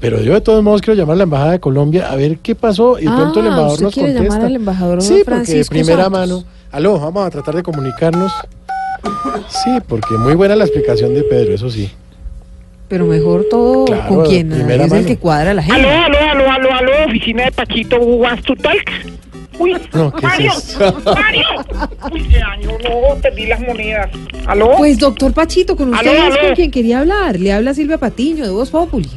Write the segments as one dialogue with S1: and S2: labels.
S1: Pero yo de todos modos quiero llamar a la Embajada de Colombia a ver qué pasó y de pronto el
S2: Ah,
S1: embajador
S2: usted
S1: nos
S2: quiere
S1: contesta.
S2: llamar al embajador
S1: sí, porque de
S2: Francisco
S1: primera
S2: Santos.
S1: mano. Aló, vamos a tratar de comunicarnos. Sí, porque muy buena la explicación de Pedro, eso sí.
S2: Pero mejor todo
S1: Claro,
S2: con quien
S1: de primera
S2: es el
S1: mano.
S2: que cuadra la
S3: Aló,
S2: gente.
S3: aló, aló, aló, aló, oficina de Paquito, who wants to talk? Uy,
S1: No, ¿qué es
S3: Mario,
S1: eso?
S3: Mario. Uy, qué daño, no, perdí las monedas. Aló,
S2: Pues doctor Pachito, con usted
S3: Aló,
S2: es
S3: aló.
S2: con quien quería hablar. Le habla Silvia Patiño de Voz Populi.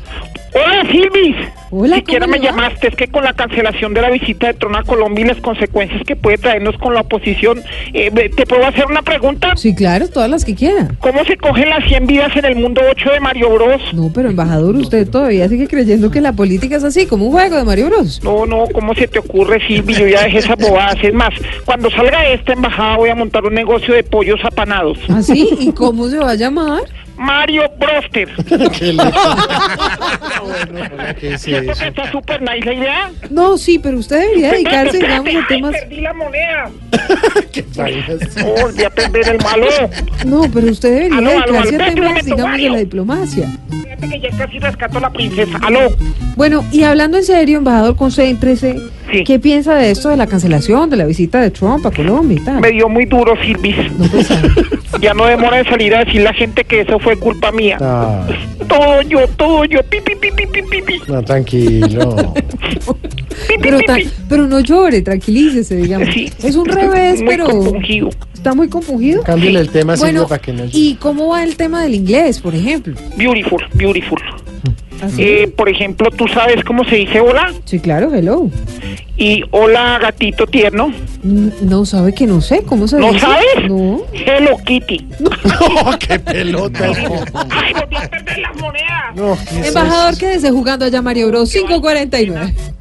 S3: hola Silvis.
S2: Hola,
S3: Siquiera
S2: ¿cómo
S3: me
S2: le va?
S3: llamaste, es que con la cancelación de la visita de Trona a Colombia y las consecuencias que puede traernos con la oposición, eh, ¿te puedo hacer una pregunta?
S2: Sí, claro, todas las que quiera.
S3: ¿Cómo se cogen las 100 vidas en el mundo 8 de Mario Bros?
S2: No, pero embajador, usted todavía sigue creyendo que la política es así, como un juego de Mario Bros.
S3: No, no, ¿cómo se te ocurre, Silvi? Yo ya dejé esas bobadas. Es más, cuando salga de esta embajada voy a montar un negocio de pollos apanados.
S2: ¿Así? ¿Ah, ¿Y cómo se va a llamar?
S3: Mario Broster.
S1: ¿Qué le- Hola, ¿qué es
S3: ¿Cierto que
S1: eso?
S3: está súper nice la idea?
S2: No, no, sí, pero usted debería dedicarse,
S3: Espérate,
S2: digamos, a
S3: espérate. Ay,
S2: temas...
S3: Perdí la moneda.
S1: ¿Qué vainas?
S3: Oh, Volví a perder el malo.
S2: No, pero usted debería
S3: Aló, aló,
S2: dedicarse
S3: aló,
S2: a
S3: espérate un
S2: temas,
S3: momento,
S2: digamos, de
S3: Mario.
S2: la diplomacia.
S3: Fíjate que ya casi rescato a la princesa. Aló.
S2: Bueno, y hablando en serio, embajador, concéntrese.
S3: Sí.
S2: ¿Qué piensa de esto de la cancelación de la visita de Trump a Colombia y tal?
S3: Me dio muy duro, Silvis.
S2: No, pues, ah,
S3: Ya no demora en salir a decir la gente que eso fue culpa mía.
S1: Ah,
S3: Todo yo, todo yo. Pi, pi, pi, pi, pi, pi, pi.
S1: no, tranquilo.
S3: Pi, pi,
S2: pero,
S3: pi,
S2: ta-
S3: pi.
S2: pero no llore, tranquilícese, digamos.
S3: Sí.
S2: Es un revés,
S3: Muy
S2: pero
S3: compungido.
S2: está muy confundido.
S1: Cámbiale el tema, Silvia,
S2: Bueno,
S1: para que no...
S2: ¿y cómo va el tema del inglés, por ejemplo?
S3: Beautiful, beautiful.
S2: Así.
S3: Eh, por ejemplo, ¿tú sabes cómo se dice hola?
S2: Sí, claro, hello.
S3: Y hola, gatito tierno.
S2: N- No sabe que no sé, ¿cómo se
S3: ¿No
S2: dice?
S3: sabes?
S2: No.
S3: Hello, Kitty.
S1: ¡No, qué pelota!
S3: Ay, volví a perder las monedas.
S1: No, ¿qué es eso?
S2: Embajador, quédese jugando allá Mario Bros. 549.